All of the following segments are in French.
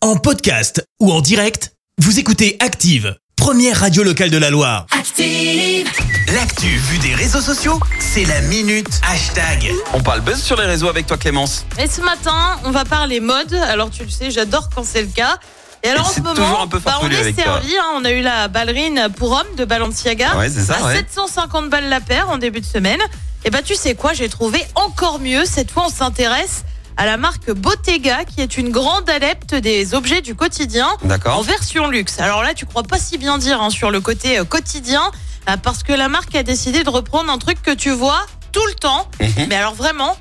En podcast ou en direct, vous écoutez Active, première radio locale de la Loire. Active, L'actu vue des réseaux sociaux, c'est la minute hashtag. On parle buzz sur les réseaux avec toi Clémence. Et ce matin, on va parler mode. Alors tu le sais, j'adore quand c'est le cas. Et alors en C'est ce moment, toujours un peu bah, on farfelu avec est toi. servi. hein. on a eu la ballerine pour hommes de Balenciaga Ouais, c'est ça, à ouais. 750 balles la paire en début de semaine. Et bah tu sais quoi, j'ai trouvé encore mieux. Cette fois, on s'intéresse à la marque Bottega, qui est une grande adepte des objets du quotidien en D'accord version luxe. Alors là, tu crois pas si bien dire hein, sur le côté euh, quotidien, euh, parce que la marque a décidé de reprendre un truc que tu vois tout le temps. Mhm. Mais alors vraiment,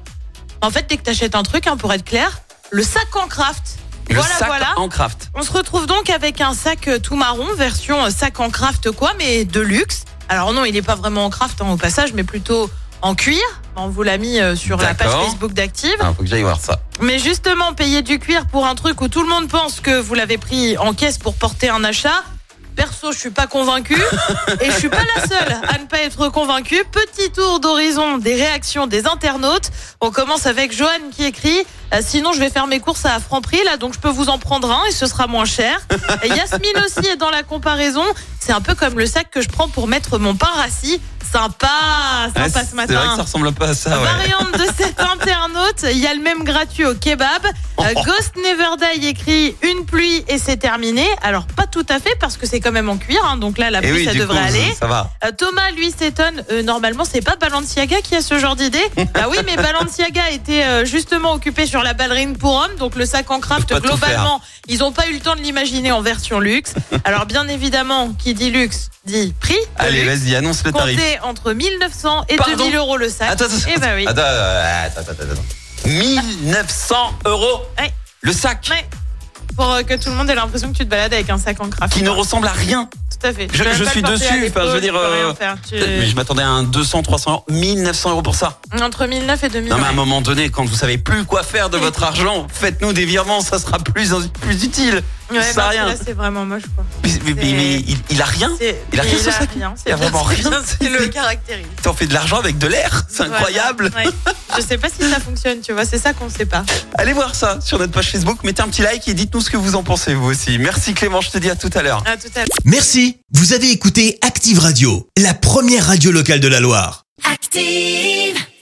en fait, dès que t'achètes un truc, hein, pour être clair, le sac en craft. Le voilà, sac voilà. en craft. On se retrouve donc avec un sac euh, tout marron, version euh, sac en craft quoi, mais de luxe. Alors non, il n'est pas vraiment en craft hein, au passage, mais plutôt en cuir. On vous l'a mis euh, sur la page D'accord. Facebook d'Active. Ah, faut que j'aille voir ça. Mais justement, payer du cuir pour un truc où tout le monde pense que vous l'avez pris en caisse pour porter un achat. Perso, je suis pas convaincue et je suis pas la seule à ne pas être convaincue. Petit tour d'horizon des réactions des internautes. On commence avec Joanne qui écrit euh, "Sinon, je vais faire mes courses à Franprix là, donc je peux vous en prendre un et ce sera moins cher." Et Yasmine aussi est dans la comparaison. C'est un peu comme le sac que je prends pour mettre mon pain rassis. Sympa, Ouais, sympa ce c'est vrai matin. que ça ressemble pas à ça, ouais. Variante de cet internaute, il y a le même gratuit au kebab. Euh, Ghost Never Die écrit une pluie et c'est terminé. Alors pas tout à fait parce que c'est quand même en cuir, hein, donc là la Et pluie Eh oui, ça du devrait coup, aller. ça va. Euh, Thomas lui s'étonne, euh, normalement c'est pas Balenciaga qui a ce genre d'idée. ah oui mais Balenciaga était euh, justement occupé sur la ballerine pour hommes, donc le sac en craft Ils peuvent pas tout globalement ils n'ont pas eu le temps de l'imaginer en version luxe. Alors bien évidemment qui dit luxe dit prix. de Allez, luxe. vas-y, annonce le tarif. Comptez entre 1900 et Pardon 2000 euros le sac. Attends, attends, Eh ben oui. attends, attends, attends, attends, attends. 1900 euros Ouais. le sac Ouais. Pour euh, que tout le monde ait l'impression que tu te balades avec un sac en craft. Ah, qui ne ressemble à rien. Tout à fait. Tu Je- peux même je pas suis le porter dessus, à l'épaule, enfin, je veux tu dire, peux rien euh, faire, tu- Mais je m'attendais à un 200, 300 euros. 1900 euros pour ça. Entre 1009 et 2000. Non, mais à un moment donné, quand vous savez plus quoi faire de votre argent, faites-nous des virements, ça sera plus, plus utile. Ouais, ça sert parce à que rien. Là, c'est vraiment moche, quoi. Mais, mais- mais- mais il, il a rien. C'est- Il a rien, ce sac. c'est Il a vraiment bien, rien. C'est le caractérise. T'en fais de l'argent avec de l'air, c'est Voilà. incroyable. Ouais. Je sais pas si ça fonctionne, tu vois, c'est ça qu'on sait pas. Allez voir ça sur notre page Facebook, mettez un petit like et dites-nous ce que vous en pensez vous aussi. Merci Clément, je te dis à tout à l'heure. À Ah, tout à l'heure. Merci, vous avez écouté Active Radio, la première radio locale de la Loire. active.